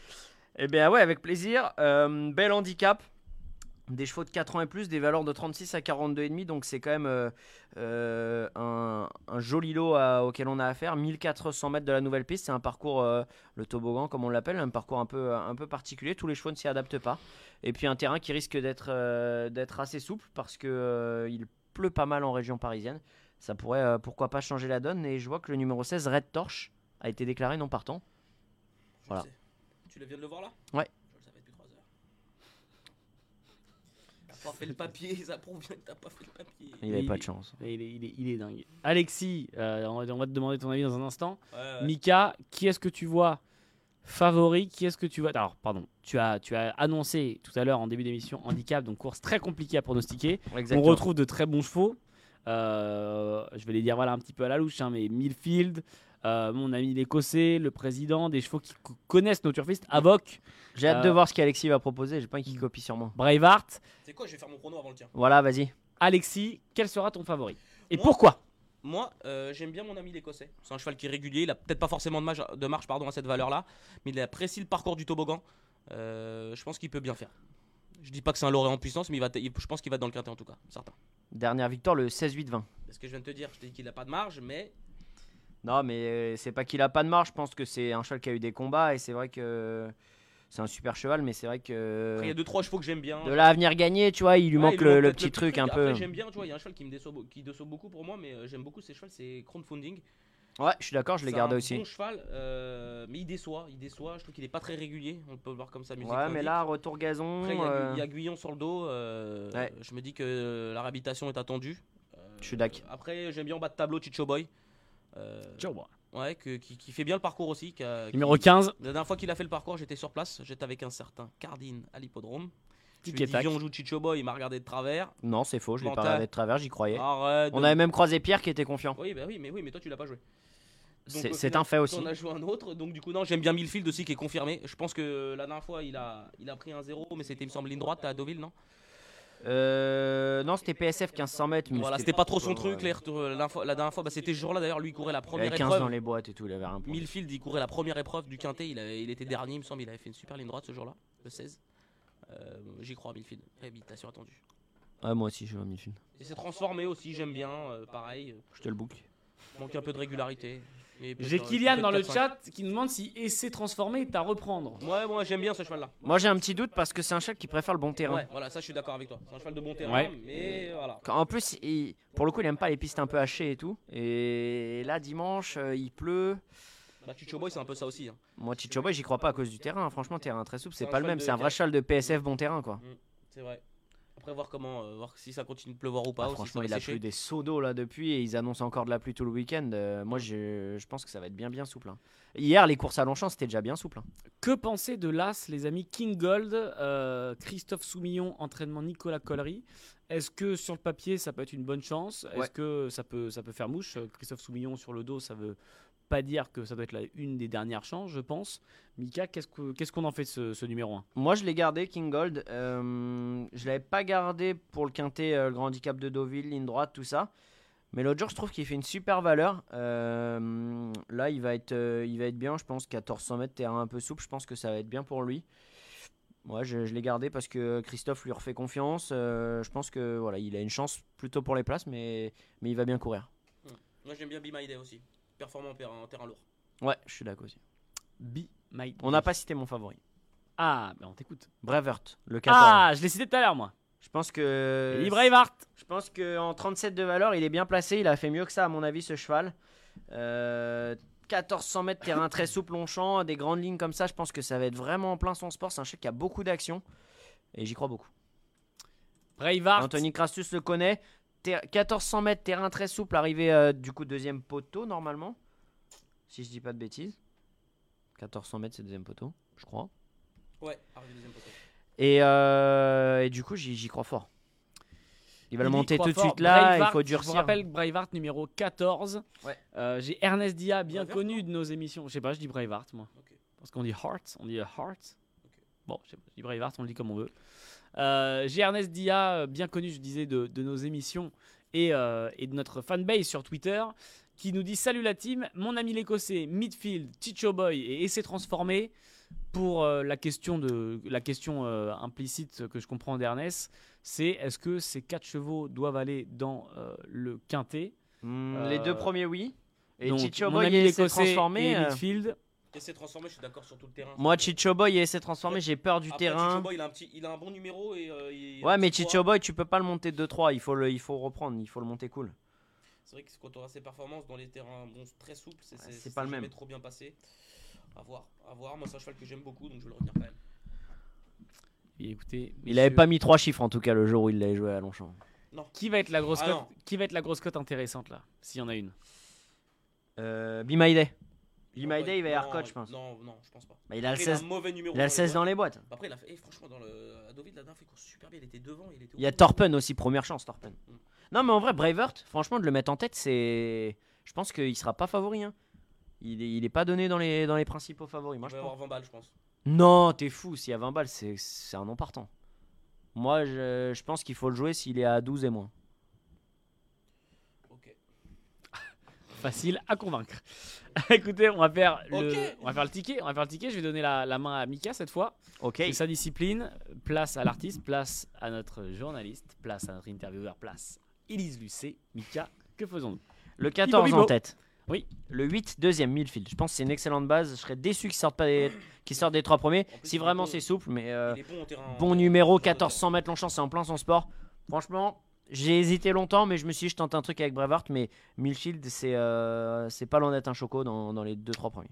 Speaker 3: Eh bien, ouais, avec plaisir. Euh, bel handicap. Des chevaux de 4 ans et plus, des valeurs de 36 à 42,5. Donc, c'est quand même euh, euh, un, un joli lot à- auquel on a affaire. 1400 mètres de la nouvelle piste. C'est un parcours, euh, le toboggan, comme on l'appelle, un parcours un peu, un peu particulier. Tous les chevaux ne s'y adaptent pas. Et puis, un terrain qui risque d'être euh, d'être assez souple parce que euh, il pleut pas mal en région parisienne. Ça pourrait, euh, pourquoi pas, changer la donne. Et je vois que le numéro 16, Red Torche, a été déclaré non partant.
Speaker 2: Je
Speaker 3: Voilà.
Speaker 2: le sais. Tu le viens de le voir là
Speaker 3: Ouais.
Speaker 2: Je le savais depuis 3 heures. T'as pas fait le papier, ça prouve bien que t'as pas fait le papier.
Speaker 3: Il n'avait
Speaker 1: Il-
Speaker 3: pas de chance.
Speaker 1: il est, il est- il est dingue. Alexis, euh, on, va, on va te demander ton avis dans un instant.
Speaker 2: Ouais, ouais.
Speaker 1: Mika, qui est-ce que tu vois favori Qui est-ce que tu vois Alors, pardon, tu as, tu as annoncé tout à l'heure en début d'émission handicap, donc course très compliquée à pronostiquer. On retrouve de très bons chevaux. Euh, je vais les dire voilà un petit peu à la louche, hein, mais Millfield, euh, mon ami l'Écossais, le président, des chevaux qui co- connaissent nos turfistes, Avoc,
Speaker 3: J'ai hâte
Speaker 1: Euh,
Speaker 3: de voir ce qu'Alexis va proposer. J'ai pas
Speaker 2: Mm.
Speaker 3: qu'il copie sur moi.
Speaker 1: Braveheart,
Speaker 2: C'est quoi Je vais faire mon prono avant le tien.
Speaker 3: Voilà, vas-y.
Speaker 1: Alexis, quel sera ton favori Et
Speaker 2: Moi
Speaker 1: pourquoi
Speaker 2: Moi, euh, j'aime bien mon ami l'écossais. C'est un cheval qui est régulier. Il a peut-être pas forcément de marche, de marche pardon, à cette valeur-là, mais il apprécie le parcours du toboggan. Euh, je pense qu'il peut bien faire. Je dis pas que c'est un lauréat en puissance, mais il va, t- il- je pense qu'il va être dans le quintet en tout cas, certain.
Speaker 3: Dernière victoire, le 16-8-20.
Speaker 2: Le C'est ce que je viens de te dire. Je t'ai dit qu'il n'a pas de marge, mais
Speaker 3: Non, mais euh, c'est pas qu'il a pas de marge. Je pense que c'est un cheval qui a eu des combats et c'est vrai que c'est un super cheval, mais c'est vrai que
Speaker 2: après, il y a deux trois chevaux que j'aime bien.
Speaker 3: Euh, de là à venir gagner, tu vois, il lui
Speaker 2: Ouais,
Speaker 3: manque
Speaker 2: il
Speaker 3: le, le
Speaker 2: peut-être
Speaker 3: petit truc un peu.
Speaker 2: Après, j'aime bien, tu vois, il y a un cheval qui me déçoit, beau- qui déçoit beaucoup pour moi, mais euh, j'aime beaucoup ces chevals, c'est Crowdfunding.
Speaker 3: Ouais, je suis d'accord, je l'ai
Speaker 2: C'est
Speaker 3: gardé
Speaker 2: un
Speaker 3: aussi.
Speaker 2: bon cheval, euh, mais il déçoit, il déçoit. Je trouve qu'il est pas très régulier. On peut le voir comme ça. Musique
Speaker 3: Ouais, mais
Speaker 2: Crowding.
Speaker 3: là, retour gazon.
Speaker 2: Après, il y a Gu-
Speaker 3: euh,
Speaker 2: il y, a Guyon sur le dos. euh,
Speaker 3: Ouais.
Speaker 2: Je me dis que la réhabilitation est attendue. Euh,
Speaker 3: Je suis d'ac.
Speaker 2: Après, j'aime bien en bas de tableau Chicho Boy. Euh, ouais, que- qui, qui fait bien le parcours aussi. qui a-
Speaker 1: Numéro
Speaker 2: qui-
Speaker 1: 15,
Speaker 2: La dernière fois qu'il a fait le parcours, j'étais sur place. J'étais avec un certain Cardine à l'hippodrome. Je
Speaker 1: Tic
Speaker 2: lui ai
Speaker 1: et
Speaker 2: dit,
Speaker 1: tac.
Speaker 2: viens, on joue Chicho Boy. Il m'a regardé de travers.
Speaker 3: Non, c'est faux, je l'ai pas
Speaker 2: Mental. Ah,
Speaker 3: regardé de travers, j'y croyais.
Speaker 2: Arrête.
Speaker 3: On
Speaker 2: de-
Speaker 3: avait même croisé Pierre qui était confiant.
Speaker 2: Oui, bah oui, mais oui, mais toi tu l'as pas joué. Donc,
Speaker 3: C'est-
Speaker 2: au
Speaker 3: C'est
Speaker 2: final,
Speaker 3: un fait aussi.
Speaker 2: On a joué un autre, donc du coup non, j'aime bien Milfield aussi qui est confirmé. Je pense que euh, la dernière fois il a, il a pris un 0 mais c'était il me semble ligne droite à Deauville, non
Speaker 3: Euh, non, c'était PSF 1500 mètres. mais
Speaker 2: Voilà, c'était pas trop son
Speaker 3: Ouais,
Speaker 2: truc.
Speaker 3: ouais.
Speaker 2: les retours- la, dernière fois- la dernière fois, bah, c'était ce jour-là d'ailleurs, lui il courait la
Speaker 3: Il avait
Speaker 2: première
Speaker 3: 15 dans
Speaker 2: épreuve.
Speaker 3: les boîtes et tout, il avait rien. pour lui.
Speaker 2: Milfield il courait la première épreuve du quintet, il, avait- il était dernier, il me semble, il avait fait une super ligne droite ce jour-là, le 16. Euh, J'y crois, Milfield, réhabilitation attendue.
Speaker 3: Ouais, moi aussi, je vois Milfield.
Speaker 2: Il s'est transformé aussi, j'aime bien, euh, pareil,
Speaker 3: Je te le book.
Speaker 2: euh, manque un peu de régularité. mais peut-être,
Speaker 1: j'ai
Speaker 2: euh,
Speaker 1: Kylian
Speaker 2: peut-être
Speaker 1: dans le
Speaker 2: 4-5.
Speaker 1: chat qui nous demande si essai transformé est à reprendre.
Speaker 2: Ouais, moi j'aime bien ce cheval-là.
Speaker 3: Moi, j'ai un petit doute parce que c'est un cheval qui préfère le bon terrain.
Speaker 2: Ouais, voilà, ça je suis d'accord avec toi. C'est un cheval de bon terrain,
Speaker 1: Ouais.
Speaker 2: mais voilà.
Speaker 3: Quand- En plus, il- pour le coup, il aime pas les pistes un peu hachées et tout. Et là, dimanche, euh, il pleut.
Speaker 2: Bah, Chicho Boy, c'est un peu ça aussi. hein.
Speaker 3: Moi, Chicho Boy, j'y crois pas à cause du terrain. Franchement, terrain très souple, c'est
Speaker 2: C'est un
Speaker 3: pas le
Speaker 2: cheval
Speaker 3: même.
Speaker 2: de-
Speaker 3: C'est un vrai cheval de PSF bon terrain, quoi.
Speaker 2: C'est vrai. Après, voir comment, euh, voir si ça continue de pleuvoir ou pas.
Speaker 3: Ah,
Speaker 2: ou si
Speaker 3: franchement,
Speaker 2: ça va
Speaker 3: il a
Speaker 2: sécher.
Speaker 3: plu des seaux d'eau là depuis et ils annoncent encore de la pluie tout le week-end. Euh, moi, je, je pense que ça va être bien, bien souple. hein. Hier, les courses à Longchamp, c'était déjà bien souple. hein.
Speaker 1: Que penser de l'As, les amis King Gold, euh, Christophe Soumillon, entraînement Nicolas Collery Est-ce que sur le papier, ça peut être une bonne chance Est-ce
Speaker 3: Ouais.
Speaker 1: que ça peut, ça peut faire mouche Christophe Soumillon sur le dos, ça veut pas dire que ça doit être la, une des dernières chances, je pense. Mika, qu'est-ce que- qu'est-ce qu'on en fait de ce, ce numéro 1
Speaker 3: Moi, je l'ai gardé, King Gold. Euh, je l'avais pas gardé pour le quintet, euh, le grand handicap de Deauville, ligne droite, tout ça. Mais l'autre jour, je trouve qu'il fait une super valeur. Euh, là, il va, être, euh, il va être bien, je pense. 1400 mètres, terrain un peu souple, je pense que ça va être bien pour lui. Moi, je, je l'ai gardé parce que Christophe lui refait confiance. Euh, je pense que voilà, il a une chance plutôt pour les places, mais, mais il va bien courir.
Speaker 2: Moi, j'aime bien Be My Day aussi. Performant en terrain, en terrain lourd.
Speaker 3: Ouais, je suis d'accord aussi.
Speaker 1: Be my
Speaker 3: On n'a pas cité mon favori.
Speaker 1: Ah, ben on t'écoute.
Speaker 3: Brevert, le 14.
Speaker 1: Ah, je l'ai cité tout à l'heure, moi.
Speaker 3: je pense que.
Speaker 1: Et Ibrahimart.
Speaker 3: Je pense qu'en 37 de valeur, il est bien placé. Il a fait mieux que ça, à mon avis, ce cheval. Euh, 1400 mètres, terrain très souple, Longchamp, des grandes lignes comme ça. Je pense que ça va être vraiment en plein son sport. C'est un cheval qui a beaucoup d'action. Et j'y crois beaucoup.
Speaker 1: Breivart.
Speaker 3: Anthony Crastus le connaît. Ter- 1400 mètres, terrain très souple, arrivé euh, du coup deuxième poteau normalement. Si je dis pas de bêtises. 1400 mètres, c'est deuxième poteau, je crois.
Speaker 2: Ouais, arrivé deuxième poteau.
Speaker 3: Et, euh, et du coup, j'y j'y crois fort. Il va le
Speaker 1: Il y
Speaker 3: monter
Speaker 1: croit
Speaker 3: tout de
Speaker 1: fort.
Speaker 3: suite là, il
Speaker 1: Breivart,
Speaker 3: faut
Speaker 1: Je
Speaker 3: durcir.
Speaker 1: vous rappelle Breivart numéro 14.
Speaker 3: Ouais.
Speaker 1: Euh, J'ai Ernest Dia, bien
Speaker 2: Breivart,
Speaker 1: connu de nos émissions. Je sais pas, je dis Breivart moi.
Speaker 2: Ok.
Speaker 1: Parce qu'on dit Heart, on dit euh, Heart.
Speaker 2: Ok.
Speaker 1: Bon, je sais pas, je dis Breivart, on le dit comme on veut. Euh, J'ai Ernest Dia, euh, bien connu, je disais, de, de nos émissions et, euh, et de notre fanbase sur Twitter, qui nous dit Salut la team, mon ami l'écossais, midfield, Chicho Boy et Essai Transformé. Pour euh, la question, de, la question euh, implicite que je comprends d'Ernest, c'est est-ce que ces quatre chevaux doivent aller dans euh, le quintet
Speaker 3: Hmm,
Speaker 1: Euh,
Speaker 3: les deux premiers, oui. Et
Speaker 1: Donc,
Speaker 3: Chicho
Speaker 1: mon
Speaker 3: Boy
Speaker 1: ami
Speaker 3: il s'est
Speaker 1: l'Écossais
Speaker 3: transformé.
Speaker 1: et
Speaker 3: euh,
Speaker 1: Midfield.
Speaker 2: Et c'est transformé, je suis d'accord sur tout le terrain.
Speaker 3: Moi,
Speaker 2: Euh,
Speaker 3: Chicho Boy il s'est transformé, j'ai peur du
Speaker 2: après,
Speaker 3: terrain.
Speaker 2: Chicho Boy, il a, un petit, il a un bon numéro. Et, euh, il-
Speaker 3: ouais,
Speaker 2: il
Speaker 3: mais
Speaker 2: se voit.
Speaker 3: Chicho Boy, tu peux pas le monter 2-3, il, faut le- il faut reprendre, il faut le monter cool.
Speaker 2: C'est vrai que quand on aura ses performances dans les terrains bon, c'est très souples, c'est
Speaker 3: Ouais,
Speaker 2: c'est-
Speaker 3: c'est
Speaker 2: c'est
Speaker 3: pas le
Speaker 2: jamais
Speaker 3: même.
Speaker 2: trop bien passé. À voir, à voir. Moi, c'est un cheval que j'aime beaucoup, donc je vais le retenir quand même.
Speaker 1: Et écoutez,
Speaker 3: Il avait
Speaker 1: messieurs,
Speaker 3: pas mis trois chiffres en tout cas le jour où il l'avait joué à Longchamp.
Speaker 1: Qui va être la grosse
Speaker 2: Ah
Speaker 1: cote
Speaker 2: non.
Speaker 1: Qui va être la grosse cote intéressante là, s'il y en a une
Speaker 3: Euh, Be My Day. Be
Speaker 2: Non,
Speaker 3: My
Speaker 2: ouais,
Speaker 3: Day, il va y avoir
Speaker 2: non,
Speaker 3: coach, je pense.
Speaker 2: Non, non, je pense pas.
Speaker 3: Bah, il a le
Speaker 2: Après, il a un
Speaker 3: 16,
Speaker 2: mauvais numéro.
Speaker 3: il a le
Speaker 2: dans les
Speaker 3: 16
Speaker 2: boîtes.
Speaker 3: dans les boîtes.
Speaker 2: Après, il a fait, eh, franchement, dans le, à Deauville, la dernière fois, il court super bien. Il était devant, il était au
Speaker 3: Il y a
Speaker 2: bout.
Speaker 3: Torpen aussi, première chance Torpen.
Speaker 2: Mm.
Speaker 3: Non mais en vrai, Braveheart, franchement, de le mettre en tête, c'est... Je pense qu'il sera pas favori. hein. Il, est, il est pas donné dans les, dans les principaux favoris, moi
Speaker 2: Il
Speaker 3: je
Speaker 2: va y
Speaker 3: pense.
Speaker 2: avoir 20 balles, je pense.
Speaker 3: Non, t'es fou, s'il y a 20 balles, c'est c'est un non partant. Moi, je, je pense qu'il faut le jouer s'il est à 12 et moins.
Speaker 2: Ok.
Speaker 1: Facile à convaincre. écoutez, on va faire le,
Speaker 2: Ok.
Speaker 1: on va faire le ticket. On va faire le ticket. Je vais donner la, la main à Mika cette fois.
Speaker 3: Ok.
Speaker 1: C'est sa discipline. Place à l'artiste, place à notre journaliste, place à notre intervieweur, place Élise Lucet. Mika, que que faisons-nous
Speaker 3: Le 14
Speaker 1: Bibo, bibo.
Speaker 3: en tête.
Speaker 1: Oui.
Speaker 3: Le 8, deuxième, Midfield. Je pense que c'est une excellente base. Je serais déçu qu'ils sortent, pas des... qu'ils sortent des trois premiers.
Speaker 2: En plus, il
Speaker 3: Si
Speaker 2: est
Speaker 3: vraiment
Speaker 2: bon.
Speaker 3: c'est souple, mais euh,
Speaker 2: Il est bon en terrain.
Speaker 3: bon numéro,
Speaker 2: en terrain de
Speaker 3: 1400 mètres Longchamp, c'est en plein son sport. Franchement, j'ai hésité longtemps, mais je me suis dit, je tente un truc avec Brevard, mais Milfield, c'est euh, c'est pas loin d'être un choco dans, dans les deux, trois premiers.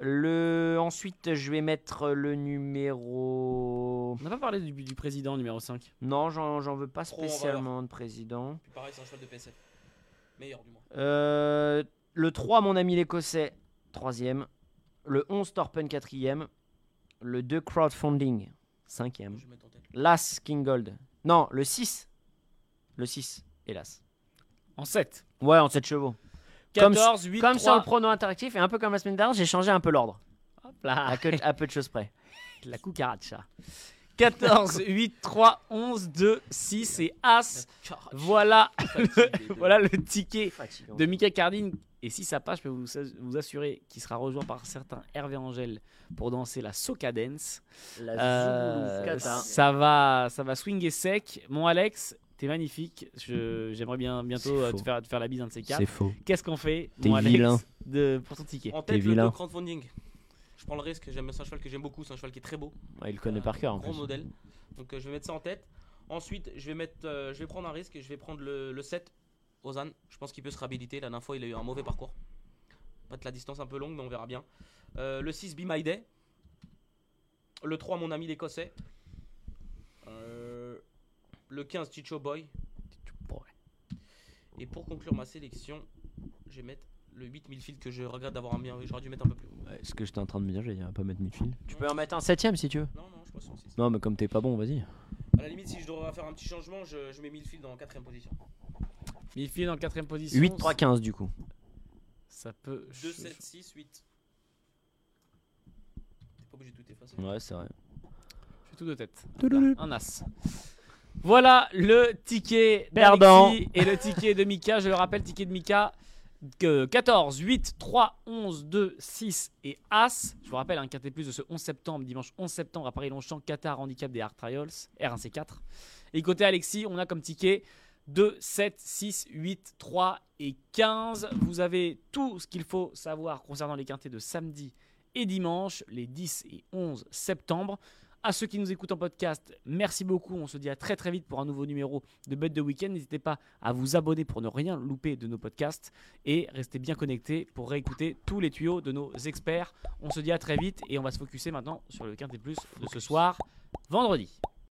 Speaker 3: Le... Ensuite, je vais mettre le numéro.
Speaker 1: On n'a pas parlé du, du président numéro 5.
Speaker 3: Non, j'en j'en veux pas
Speaker 2: Trop en valeur.
Speaker 3: spécialement de président.
Speaker 2: Puis pareil, c'est un cheval de PSF. Meilleur du moins.
Speaker 3: Euh, le 3, mon ami l'Écossais, 3ème. Le 11, Torpen, 4ème. Le 2, Crowdfunding, 5ème.
Speaker 2: Je vais mettre en tête.
Speaker 3: L'As, King Gold. Non, le 6. Le 6, hélas.
Speaker 1: En 7.
Speaker 3: Ouais, en 7 chevaux. Comme-
Speaker 1: 14, 8,
Speaker 3: comme
Speaker 1: 3.
Speaker 3: sur le prono interactif et un peu comme la semaine dernière, j'ai changé un peu l'ordre.
Speaker 1: Hop là.
Speaker 3: À, que- à peu de choses près.
Speaker 1: La cucaracha. 14, 8, 3, 11, 2, 6 et As. Voilà, voilà le ticket
Speaker 3: Fatigant.
Speaker 1: de Mika Cardine. Et si ça passe, je peux vous, vous assurer qu'il sera rejoint par certains Hervé Angèle pour danser la Soca Dance. Euh,
Speaker 3: La Zouloufkata.
Speaker 1: ça va, ça va swinguer sec. Mon Alex, t'es magnifique. Je- J'aimerais bien bientôt
Speaker 3: C'est
Speaker 1: euh,
Speaker 3: faux.
Speaker 1: te faire, te faire la bise un de ces quatre.
Speaker 3: C'est faux.
Speaker 1: Qu'est-ce qu'on fait,
Speaker 3: T'es
Speaker 1: mon Alex,
Speaker 3: vilain.
Speaker 1: de, pour ton ticket
Speaker 2: En
Speaker 3: T'es
Speaker 2: tête, le
Speaker 3: vilain.
Speaker 2: le crowdfunding. Je prends le risque, j'aime c'est un cheval que j'aime beaucoup, c'est un cheval qui est très beau.
Speaker 3: Ouais, il le connaît
Speaker 2: Euh,
Speaker 3: par cœur en
Speaker 2: Grand
Speaker 3: plus.
Speaker 2: modèle. Donc euh, je vais mettre ça en tête. Ensuite, je vais, mettre, euh, je vais prendre un risque, je vais prendre le, le 7, Ozan. Je pense qu'il peut se réhabiliter. La dernière fois, il a eu un mauvais parcours. Pas de la distance un peu longue, mais on verra bien. Euh, le 6, Be My Day. Le 3, mon ami l'écossais. Euh, le 15, Chicho Boy. Et pour conclure ma sélection, je vais mettre le 8 Milfield que je regrette d'avoir mis. J'aurais dû mettre un peu plus. haut.
Speaker 5: Ouais, ce que j'étais en train de me dire, j'ai dit, on va pas mettre Midfield.
Speaker 3: Tu peux en mettre un 7ème si tu veux.
Speaker 2: Non, non, je pense que c'est
Speaker 5: Non, mais comme t'es pas bon, vas-y.
Speaker 2: À la limite, si je dois faire un petit changement, je, je mets Milfield en quatrième position.
Speaker 1: Miffy en quatrième position.
Speaker 3: 8, 3, 15 du coup.
Speaker 1: Ça peut.
Speaker 2: 2, 7, 6, 8. T'es pas obligé de tout effacer.
Speaker 5: Ouais, c'est vrai.
Speaker 1: Je fais tout de tête. Voilà, un as. Voilà le ticket d'Alexis
Speaker 3: Perdant.
Speaker 1: et le ticket de Mika. Je le rappelle, ticket de Mika que 14, 8, 3, 11, 2, 6 et As. Je vous rappelle, un quintet plus de ce 11 septembre, dimanche 11 septembre à Paris-Longchamp, Qatar Handicap des Hard Trials, R1C4. Et côté Alexis, on a comme ticket 2, 7, 6, 8, 3 et 15. Vous avez tout ce qu'il faut savoir concernant les quintets de samedi et dimanche, les 10 et 11 septembre. À ceux qui nous écoutent en podcast, merci beaucoup. On se dit à très très vite pour un nouveau numéro de Bête de Week-end. N'hésitez pas à vous abonner pour ne rien louper de nos podcasts et restez bien connectés pour réécouter tous les tuyaux de nos experts. On se dit à très vite et on va se focuser maintenant sur le Quintet Plus de ce soir, vendredi.